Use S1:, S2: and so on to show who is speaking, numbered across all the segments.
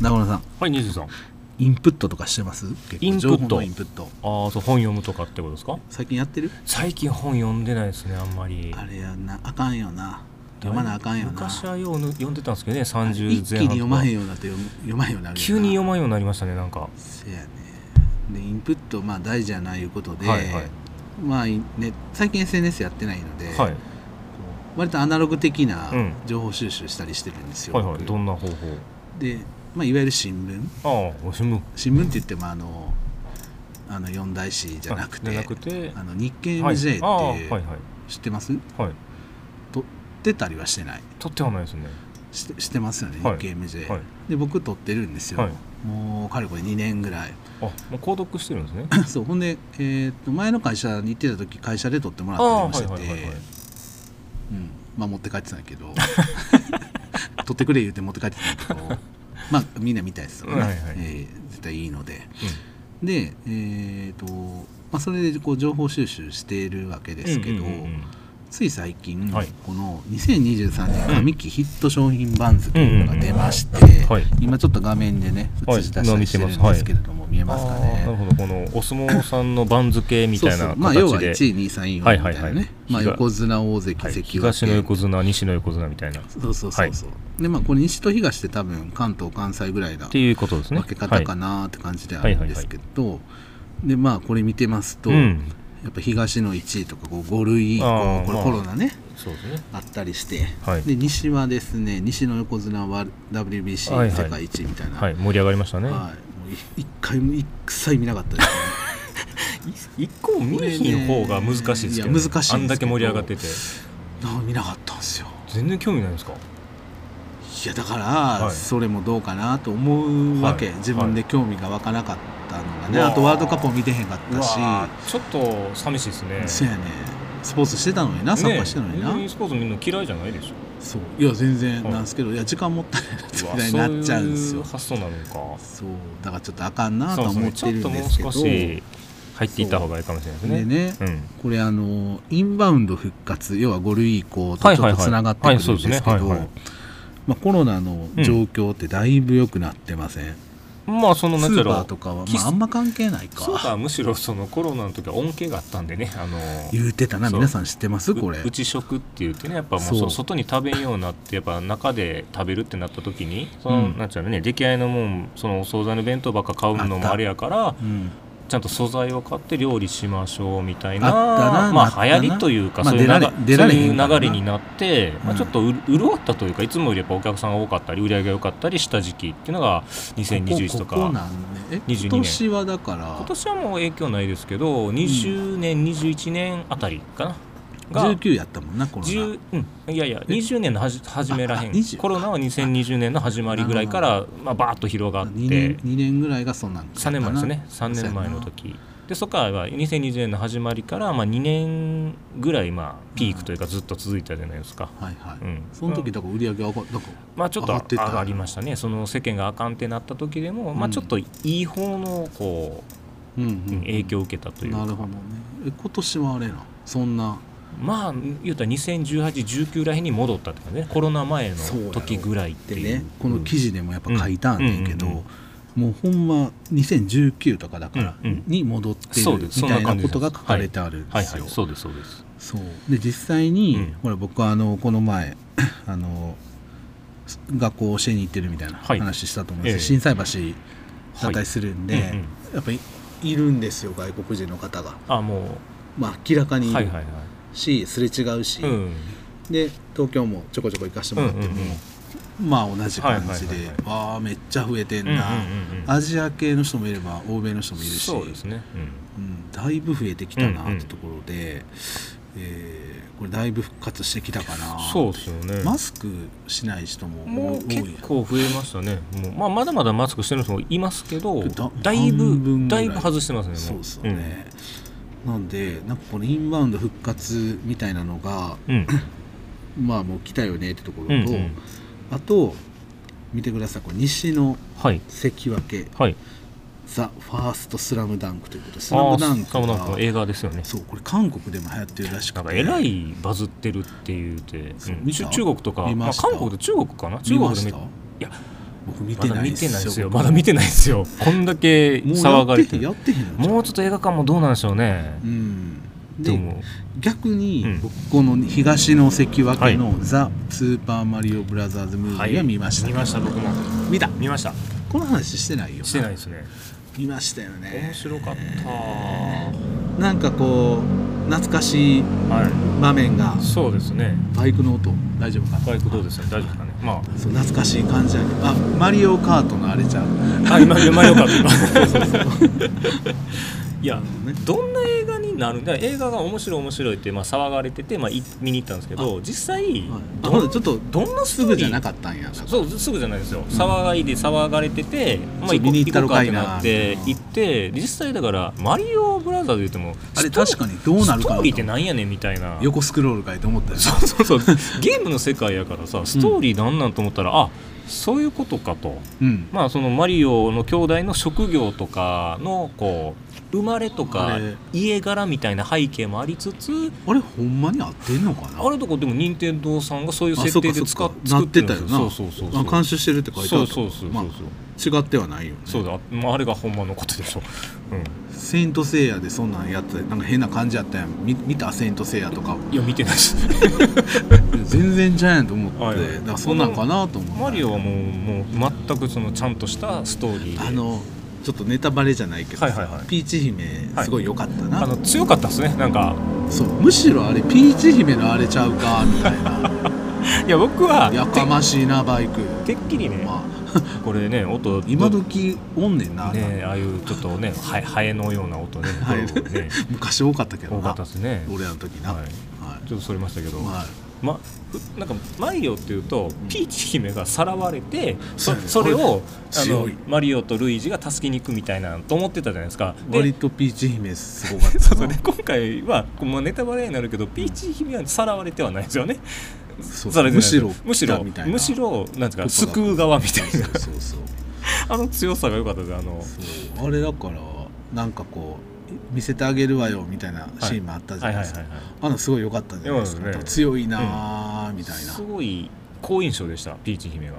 S1: 中村さん
S2: はい西井さん
S1: インプットとかしてます結
S2: イ
S1: 構
S2: ンプッ
S1: 情
S2: ト
S1: 報のインプット
S2: ああそう本読むとかってことですか
S1: 最近やってる
S2: 最近本読んでないですねあんまり
S1: あれやんなあかんよな読まなあかんよな
S2: 昔はよう読んでたんですけどね
S1: 一気に
S2: 30前半とか
S1: 読まへんようになって読む読まへんようになるよな
S2: 急に読まんようになりましたねなんか
S1: せやねでインプットまあ大事じゃないいうことで、
S2: はいはい
S1: まあいね最近 SNS やってないので、
S2: はい
S1: 割とアナログ的な
S2: うん
S1: 情報収集したりしてるんですよ、
S2: はいはい
S1: 僕
S2: どんな方法
S1: で、まあ、いわゆる新聞
S2: ああおしむ
S1: 新聞って言ってもあのあの四大紙じゃなくて
S2: じゃなくて
S1: あの日経
S2: はい
S1: MJ
S2: ああは
S1: っ
S2: いはい
S1: て知ってます、
S2: はい
S1: 撮ってたりはしてない
S2: 取ってはないですね
S1: してしてますよね
S2: はい
S1: 日経 MJ、
S2: はい
S1: で僕撮ってるんですよ、
S2: はい
S1: もうかれこれ2年ぐらい
S2: あもう購読してるんですね
S1: そうほんで、えーっと前の会社に行ってた時会社で撮ってもら
S2: あ
S1: ったり
S2: あ
S1: も
S2: はい
S1: して
S2: はいはいはい
S1: てうんまあ持って帰ってたんやけ ど撮ってくれ言うて持って帰ってたんやけ どまあみんな見たやつとかね、
S2: はいはい
S1: えー絶対いいのででえーとまあ、それでこう情報収集しているわけですけど、
S2: うんうんうん
S1: つい最近、
S2: はい
S1: この2023年のミキヒット商品番付というのが出まして、
S2: はい
S1: 今ちょっと画面でね
S2: はい
S1: 映し出したりしてるんですけれども、見えますか
S2: ああなる
S1: ね。
S2: ほどこのお相撲さんの番付みたい
S1: そう
S2: な
S1: そうまあ、要は
S2: 形
S1: 1位
S2: で
S1: 2位3位
S2: は
S1: 4
S2: い
S1: 位みた
S2: はいい
S1: な
S2: はい
S1: ね、まあ、
S2: 東
S1: 横綱大関
S2: はい
S1: 関脇
S2: 東の横綱西の横綱みたいなっ
S1: そうそうそうそう、でまあこれ西と東って多分関東関西ぐらいな
S2: ていうことですね
S1: 分け方か
S2: は
S1: なって感じであるんですけど、でまあこれ見てます
S2: い
S1: と、
S2: うん
S1: やっぱ東の1位とかこう5類以降
S2: あー
S1: これ
S2: まあ
S1: コロナね
S2: そうですね
S1: あったりして、
S2: はい
S1: で西はですね西の横綱は
S2: はい
S1: WBC
S2: はい
S1: 世界一みたいな、
S2: はい盛り上がりましたね
S1: はいもうい一回も一切見なかった ですね
S2: 一個見えひん方が難しいですけど、
S1: いや難しい
S2: あんだけ盛り上がってて
S1: なんか見なかったんですよ
S2: 全然興味ないんですか
S1: いやだから、
S2: い
S1: それもどうかなと思うわけ、
S2: はい
S1: 自分で興味が湧かなかったのがね、
S2: うわー
S1: あとワールドカップも見てへんかっ
S2: う
S1: たし
S2: わーちょっと寂しいですね
S1: そやねスポーツしてたのになサッカーしてたのにな、
S2: ねえ、スポーツ見るの嫌いじゃないでしょ
S1: そういや全然
S2: はい
S1: なんですけど、い、や時間もったいないなってみたいに
S2: うわ
S1: なっちゃうんです
S2: そうい
S1: よ
S2: う発想なのか
S1: そうだからちょっとあかんなと
S2: そ
S1: は
S2: うです
S1: 思
S2: ね
S1: っ
S2: ちょ
S1: て
S2: っ
S1: る
S2: と
S1: ん
S2: も
S1: で
S2: う
S1: すけど
S2: 少し入っていった方がいいかもしれないですね
S1: でね
S2: うん
S1: これあのインバウンド復活要は5類以降とちょっとつながってくるんですけど
S2: はいはいはいはいそうですねはいはい
S1: まあコロナの状況ってだいぶ良くなってません、
S2: まあその
S1: ス
S2: なんちゃ
S1: ー
S2: ら
S1: パーとかは、
S2: キ
S1: ま
S2: ス
S1: あ、あんま関係ない
S2: スー
S1: か
S2: パーむしろそのコロナの時は恩恵があったんでねあの
S1: 言うてたな
S2: そう
S1: 皆さん知ってますこれ
S2: う内食って言ってねやっぱもう
S1: そう
S2: そう外に食べんようになってやっぱ中で食べるってなった時にその、
S1: うん
S2: なんちゃうのね出来合いのもんそのお惣菜の弁当ばっか買うの
S1: あっ
S2: も
S1: た
S2: あれやから
S1: うん
S2: ちゃんと素材を買って料理しましょうみたい
S1: あ
S2: な
S1: ったな
S2: ま
S1: なった
S2: あ
S1: な
S2: 流行りというか、
S1: まあ
S2: そうい
S1: 出
S2: う
S1: ら
S2: な
S1: れ
S2: が
S1: 出られへん
S2: そういう
S1: からな
S2: 流れになって、ま
S1: う
S2: あ、
S1: ん
S2: ちょっとう潤ったというかいつもよりやっぱお客さんが多かったり売り上げが良かったりした時期っていうのが2021と
S1: こ
S2: か
S1: こここなんねえ
S2: 22年
S1: 今年はだから
S2: 今年はもう影響ないですけど20年、21年あたりかなが
S1: 19やったもんなコロナ
S2: 10うん、いやいや20年のはじ初めらへ
S1: ああ
S2: ん
S1: 20
S2: コロナは2020年の始まりぐらいからまあ、バーッと広がっ
S1: 2年
S2: て
S1: 二年ぐらいがそんなん
S2: 3年前ですね3年前の時でそこからは2020年の始まりから、まあ、2年ぐらい、まあ、ピークというかずっと続いたじゃないですか、
S1: はいはい、
S2: うん、
S1: その時だから売り上げ上がった
S2: まあちょっと
S1: 上がって
S2: 上
S1: た
S2: がりましたねその世間があかんってなった時でも、ま
S1: う
S2: あ、
S1: ん
S2: ちょっといい方のこ
S1: うんう
S2: う、うん影響を受けたというか
S1: なるほどねえ今年はあれなそんな
S2: まあ言うたら201819らへんに戻ったって感じねコロナ前の時ぐらいって
S1: で
S2: いう
S1: ねこの記事でもやっぱ書いたんねんけど、
S2: うんうんうん
S1: もうほんま2019とかだから
S2: うんうん
S1: に戻ってる
S2: そう
S1: み
S2: です
S1: たい
S2: そ
S1: なん
S2: な感じ
S1: こ
S2: です
S1: とが書かれてあるん
S2: はい
S1: です
S2: はい
S1: よ。
S2: そうですそうです
S1: そうで実際に、
S2: うん
S1: ほら僕はあのこの前 あの学校を教えに行ってるみたいな
S2: はい
S1: 話したと思うんです
S2: ええ
S1: けど、心斎橋だったりするんで、
S2: はいうん
S1: やっぱりいるんですよ外国人の方が、
S2: あもう
S1: まあ、明らかにい
S2: はい
S1: る
S2: はいは
S1: し、すれ違うし、
S2: いうん
S1: で東京もちょこちょこ行かせてもらっても、
S2: うんうん
S1: まあ同じ感じで、
S2: はいはいはいはい
S1: ああめっちゃ増えてんな、
S2: うんうんうんうん
S1: アジア系の人もいれば欧米の人もいるし
S2: そうですね
S1: うん、だいぶ増えてきたな
S2: うんうん
S1: ってところで、えーこれだいぶ復活してきたかな
S2: うんそうですよね
S1: マスクしない人も
S2: も
S1: 多
S2: う
S1: いやん
S2: 結構増えましたねもうまあまだまだマスクしてる人もいますけど
S1: だ
S2: だい
S1: 半分
S2: ぶ
S1: ぐら
S2: だ
S1: い
S2: いぶ外してますねも
S1: そうですよね、なんでなんかこのインバウンド復活みたいなのが
S2: うんうん
S1: まあもう来たよねってところと、
S2: うんうん
S1: あと見てくださいこれ西の
S2: はい
S1: 関脇
S2: はい
S1: ザ・ファースト・スラムダンクということでス
S2: あ
S1: ラム
S2: ー
S1: ダン
S2: ス
S1: ク
S2: ラムダンク
S1: が
S2: の映画ですよね
S1: そうこれ韓国でも流行ってるらしく
S2: なんか
S1: て
S2: えらいバズってるっていうて、
S1: そう
S2: うん
S1: 見た
S2: 中中国とか、
S1: 見
S2: ま
S1: ま
S2: あ、
S1: した
S2: 韓国と中国かな中
S1: 見
S2: 国
S1: ま
S2: で
S1: し
S2: め
S1: た僕見
S2: ま
S1: て
S2: だ
S1: ない
S2: 見
S1: って
S2: ないですすよ
S1: よ
S2: まだ見てないですよこんだけ
S1: 僕も
S2: 騒
S1: うや
S2: が
S1: っ
S2: れ
S1: て
S2: て
S1: へん
S2: る
S1: やってへんの
S2: もうちょっと映画館もどうなんでしょうね
S1: うん
S2: で
S1: で
S2: も
S1: 逆
S2: う
S1: に
S2: ん
S1: 僕この東の関脇の「ザ・スーパーマリオブラザーズ・ムービー」は見ました、
S2: 見ました僕も
S1: 見た
S2: 見ました
S1: この話してないよ
S2: してないですね
S1: 見ましたよね
S2: 面白かったは
S1: なんかこう懐かしい場面が
S2: いそうですね
S1: バイクの音大丈夫かな
S2: バイクどうですか大丈夫ですかねま
S1: そう懐かしい感じやねあマリオカートのあれじゃん
S2: ああ今今よか った今いや
S1: ね
S2: どんな映画になるんだ映画が面白い面白いって、まあ、騒がれてて、まあ、い見に行ったんですけど実際
S1: はいあ
S2: ど
S1: ほん
S2: ん
S1: でちょっと
S2: どんな
S1: す
S2: ストーリー
S1: ぐじゃなかったんや
S2: そうすぐじゃないですよ騒がいで騒がれてて、まあ、
S1: そう
S2: 行こ
S1: 見に行ったろ
S2: 行こうか
S1: か
S2: っ
S1: い
S2: て
S1: な
S2: なって行って実際だから「マリオブラザーズ」言っても
S1: あれ確か
S2: に
S1: にどうなる
S2: スト
S1: か
S2: ー
S1: な
S2: リーってなんやねんみたいな
S1: 横スクロールかいと思ったよね
S2: そうそうそうゲームの世界やからさストーリーなんなんと思ったら、あそういうことかと
S1: うん
S2: まあそのマリオの兄弟の職業とかのこう生まれと
S1: あ
S2: か
S1: れ
S2: 家柄みたいな背景もありつつ
S1: あれほんまに合ってんのかな
S2: あるとこでも任天堂さんがそういう設定で使
S1: あ
S2: っ
S1: そっかそっか
S2: 作ってるんですよ
S1: なってた
S2: そうそうそう
S1: あ
S2: そう
S1: 監修してるって書いてあっ
S2: そう
S1: た
S2: そうそうそう
S1: ま
S2: そう
S1: あ、違ってはないよね
S2: そうだ、まあ、あれがほんまのことでしょ、う
S1: セイントセイヤでそんなんやってたなんか変な感じやったやん見見たセイントセイヤと か
S2: ん、いや見てないです
S1: 全然ちゃうやんと思って、
S2: はいはい
S1: だからそんなんかなと思って
S2: マリオはもうもう全くそのちゃんとしたストーリーで
S1: あのちょっとネタバレじゃないけどさ、
S2: はいはいはい
S1: ピーチ姫すごい良かったな、
S2: あの強かったですねなんか
S1: そうむしろあれピーチ姫のあれちゃうかみたい な
S2: いや僕は
S1: やかましいなバイク
S2: てっきりね、
S1: まあ
S2: これね音
S1: 今
S2: ど
S1: 時おんねんな、
S2: ねああいうちょっとねハエハエのような 音ね
S1: ハエ
S2: こうね
S1: 昔多かったけど
S2: 多か
S1: な
S2: ったですね
S1: 俺らの時な、
S2: は
S1: はい
S2: いちょっとそれましたけど、
S1: はい
S2: ま、ふなんかマリオっていうとピーチ姫がさらわれて
S1: そ
S2: そ
S1: うやね
S2: それをあ
S1: 強
S2: の
S1: い
S2: マリオとルイージが助けに行くみたいなと思ってたじゃないですかで
S1: 割とピーチ姫すごかったな
S2: そうそうで今回はこうまあネタバレになるけどピーチ姫はさらわれてはないですよね
S1: そう
S2: さらわれて
S1: む
S2: ない
S1: しろ
S2: むし
S1: 来た
S2: ろ
S1: みたいな
S2: むしろなんです
S1: こ
S2: か
S1: とだ
S2: 救う側みたいな
S1: そうそう
S2: あの強さが良かったですあの
S1: そうそうあれだからなんかこう見せてあげるわよみたいなシーンもあったじゃ
S2: はい
S1: ない
S2: はい
S1: で
S2: は
S1: す
S2: い
S1: か
S2: はい
S1: あのすごい良かったんじゃないです
S2: そう
S1: か
S2: ですね
S1: 強いなーみたいな
S2: すごい好印象でしたピーチ姫が、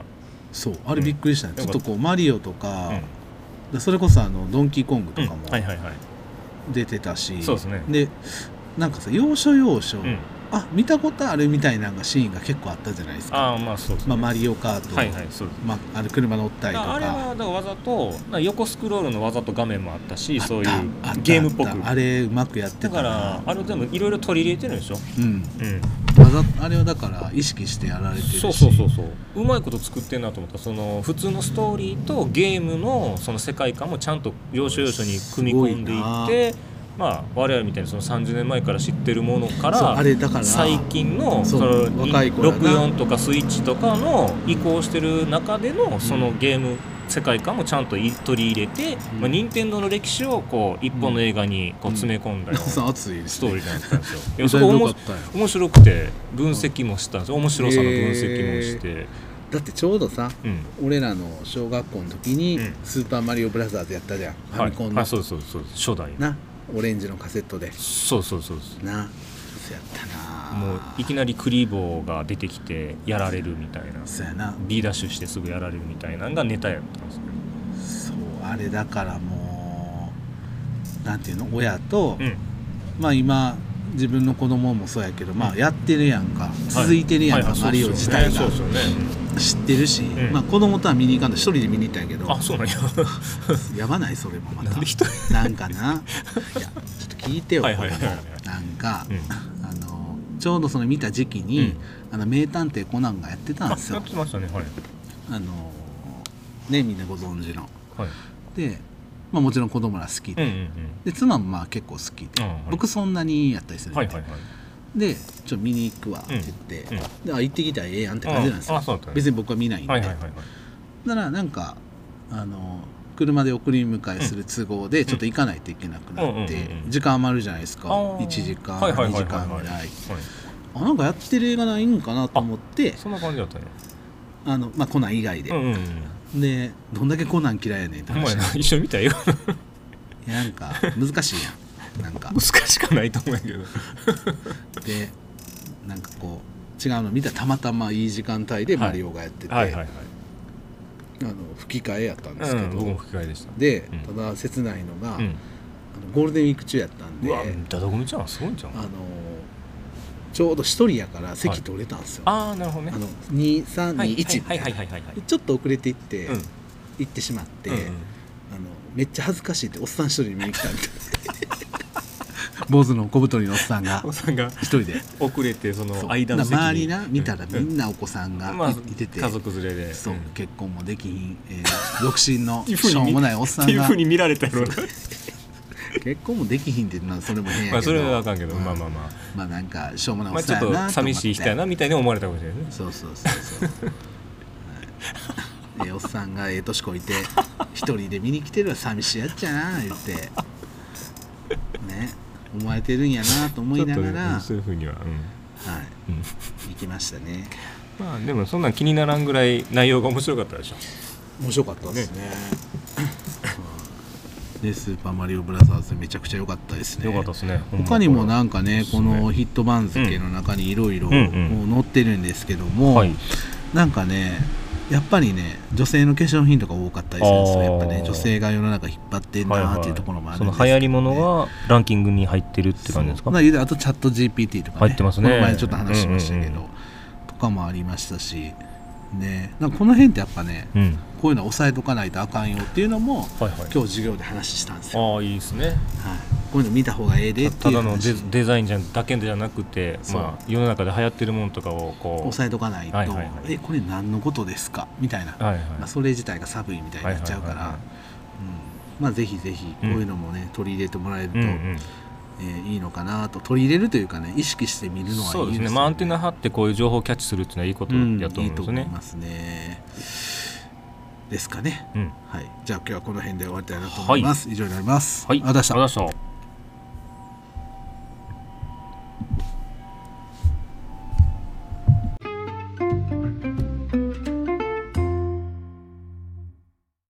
S1: そうあれびっくりしたね
S2: うん
S1: ちょっとこうマリオとか
S2: うん
S1: でそれこそあのドンキーコングとかも
S2: はいはいはい
S1: 出てたし
S2: そうですね
S1: でなんかさ要所要所
S2: うん
S1: あ見たことあるみたいなのがシーンが結構あったじゃないですか
S2: ああまあそうですね
S1: まあマリオカート
S2: はいはいそうです
S1: まああの車乗ったりと
S2: ああれ
S1: か
S2: はだからわざとな横スクロールのわざと画面もあったし
S1: あった
S2: そうい
S1: あった
S2: うゲームっぽ
S1: あ
S2: く
S1: たあれうまくやって
S2: だ
S1: た
S2: か
S1: な
S2: らあれ全部いろいろ取り入れてるんでしょ、
S1: うん
S2: うん、
S1: わざあれはだから意識してやられてるし
S2: そうそうそうそううまいこと作ってんなと思ったその普通のストーリーとゲームのその世界観もちゃんと要所要所に組み込んでい
S1: すごいな
S2: ってまあ我々みたいにその30年前から知ってるものか
S1: そう
S2: ら
S1: あれだから
S2: 最近の
S1: そ
S2: そうの
S1: 若い子らな
S2: 64とかスイッチとかの移行してる中でのそのゲーム世界観もちゃんとい取り入れて、
S1: うん
S2: まあ任天堂の歴史をこう一本の映画にこう詰め込んだような
S1: そう熱いです
S2: ストーリーになっ たんですよ。い
S1: だい
S2: やそ
S1: ぶ
S2: こ
S1: 良
S2: 面
S1: かっ
S2: 白
S1: たよ
S2: 面白くて分析もしたんですよ面白さの分析もして、
S1: だってちょうどさ
S2: うん
S1: 俺らの小学校の時に
S2: うん
S1: 「スーパーマリオブラザーズ」やったじゃん、ファミコン
S2: は
S1: の、
S2: い、そうですそうですそうです初代
S1: なオレンジのカセットで
S2: そうそうそうです
S1: なそうやったな
S2: もういきなりクリボーが出てきてやられるみたいな
S1: そうやな
S2: B ダッシュしてすぐやられるみたいなのがネタやったんですけ
S1: そうあれだからもうなんていうの親と、
S2: ど、うん、
S1: まあ今自分の子供もそうやけど、まあやってるやんか
S2: はい
S1: 続いてるやんか、
S2: はいはい
S1: マリオ自体が
S2: そうですよねそうですよね
S1: 知ってるし、
S2: うん
S1: まあ子供とは見に行かんと一人で見に行ったんやけ
S2: う
S1: ど
S2: ん あそうなんや
S1: やばないそれもまた
S2: なんで一人
S1: なん かないやちょっと聞いてよ
S2: はいはいはいはい
S1: これもなんか、
S2: う
S1: あのちょうどその見た時期に、あの名探偵コナンがやってたんです
S2: あや
S1: よ
S2: ってましたねはい
S1: あのねみんなご存知の
S2: はい
S1: で、まあ、もちろん子供ら好き
S2: うん
S1: で,、
S2: うんうん
S1: で妻もまあ結構好きで、
S2: あはい
S1: 僕そんなにやったりするんで、
S2: はいはいはい
S1: でちょっと見に行くわって言って、
S2: うんうん
S1: であ行ってきたらええやんって感じなんですよ
S2: あそうだったね
S1: 別に僕は見ないんで、
S2: はいはいはいはい
S1: だからなんかあの車で送り迎えする都合でちょっと行かないといけなくなって、
S2: うんうんうんうん
S1: 時間余るじゃないですか
S2: あー
S1: 1時間、
S2: はいはいはいはい
S1: 2時間ぐらい
S2: はい
S1: あなんかやってる映画ないんかなと思って
S2: そんな感じだったね
S1: あの、まあ、コナン以外
S2: うん
S1: で、
S2: うんうん
S1: でどんだけコナン嫌いやねんって
S2: お前
S1: 話い
S2: な一緒に見たよ
S1: やなんか難しいやんなんか
S2: 難しかないと思うんやけど
S1: でなんかこう違うの見たらたまたまいい時間帯でマリオがやってて、
S2: はいはいはい
S1: あの吹き替えやったんです
S2: う
S1: け
S2: ん、
S1: ど、
S2: 僕も吹き替えでした
S1: で、
S2: うん
S1: ただ切ないのが、
S2: う
S1: あの
S2: ん、
S1: ゴールデンウィーク中やったん
S2: う
S1: で
S2: わダダゴミちゃんすごいんちゃう
S1: あのちょうど一人やから席取れたんですよ、
S2: ああなるほどね
S1: あの2321、
S2: はい
S1: みた
S2: はいい
S1: な
S2: はいはいはいはい
S1: でちょっと遅れて行って、
S2: うん
S1: 行ってしまって、
S2: うんうん
S1: あのめっちゃ恥ずかしいっておっさん一人で見に来 たみたいな坊主の小太りのおっさんが
S2: おさんが
S1: 一人で
S2: 遅れてその間
S1: な
S2: の席に
S1: 周りな見たらみ
S2: うん
S1: なお子さんが
S2: まあ
S1: いいてて、
S2: 家族連れで
S1: そう、
S2: ん
S1: 結婚もできひん、えー独身の
S2: っていうふうに
S1: しょうもないおっ
S2: っ
S1: さ
S2: て
S1: ん
S2: いう
S1: が
S2: ふうに見られたやろな
S1: 結婚もできひんっていうのはそれも変やけど、
S2: まあそれはあかんけど
S1: うん
S2: まあまあま
S1: まあなんかしょうもな
S2: あ
S1: い
S2: ま
S1: お
S2: あ
S1: っ
S2: ち
S1: さ
S2: ょ
S1: ん
S2: っ
S1: やなと思
S2: と
S1: って
S2: 寂しい人やなみたいに思われたかもしれないね
S1: そうそうそうそう、 はいえーおっさんがええ年こいて一人で見に来てるは寂しいやっちゃな言ってね思われてるんやなと思いながら、
S2: ちょっとねうんそういうふうにはうん
S1: は
S2: うん
S1: い行きましたね
S2: まあでもそんなん気にならんぐらい内容が面白かったでしょ
S1: 面白かったですねで「スーパーマリオブラザーズ」めちゃくちゃ良かったですね
S2: よかったですねほんま
S1: 他にもなんか
S2: そう
S1: ね
S2: です
S1: このヒット番付の中にいろいろ
S2: うんうん
S1: 載ってるんですけども、
S2: はい
S1: なんかねやっぱりね女性の化粧品とか多かったりするんですよ
S2: あー
S1: やっぱね女性が世の中引っ張ってん
S2: はい
S1: な
S2: は
S1: ー
S2: い
S1: っていうところもある
S2: そ
S1: ん
S2: の
S1: ですけど、ね
S2: 流行りものがランキングに入ってるって感じです
S1: そう
S2: か
S1: まあ言うたらあとチャット GPT とかね
S2: 入ってますね
S1: この前ちょっと話しましたけど、
S2: うんうんう
S1: とかもありましたしねなんかこの辺ってやっぱね
S2: うん
S1: こういうのは抑えとかないとあかんよっていうのも
S2: はいはい
S1: 今日授業で話したんですよ、
S2: ああいいですね
S1: はい、こういうの見た方がええでって
S2: た
S1: いう
S2: だの
S1: 話
S2: デデザインじゃだけじゃなくて、
S1: そう
S2: まあ、世の中で流行ってるものとかをこう
S1: 抑えとかないと、
S2: はいはいはい
S1: えこれ何のことですかみたいな、
S2: はいはい
S1: まあ、それ自体が寒いみたいになっちゃうから、
S2: はいはいはいはい
S1: うん、まあぜひぜひこういうのもね、取り入れてもらえると、
S2: うんう
S1: え
S2: ん、
S1: ーいいのかなと取り入れるというかね意識してみるのはいい
S2: そうですね、まあ、アンテナ張ってこういう情報をキャッチするっていうのはいいこと
S1: うん
S2: やと思うん
S1: いい
S2: で
S1: と
S2: す
S1: 思い
S2: ね。
S1: ますねですかね
S2: うん
S1: はいじゃあ今日はこの辺で終わりたいなと思います、以上になります
S2: はい、
S1: ありがとうございました
S2: ありがとうございました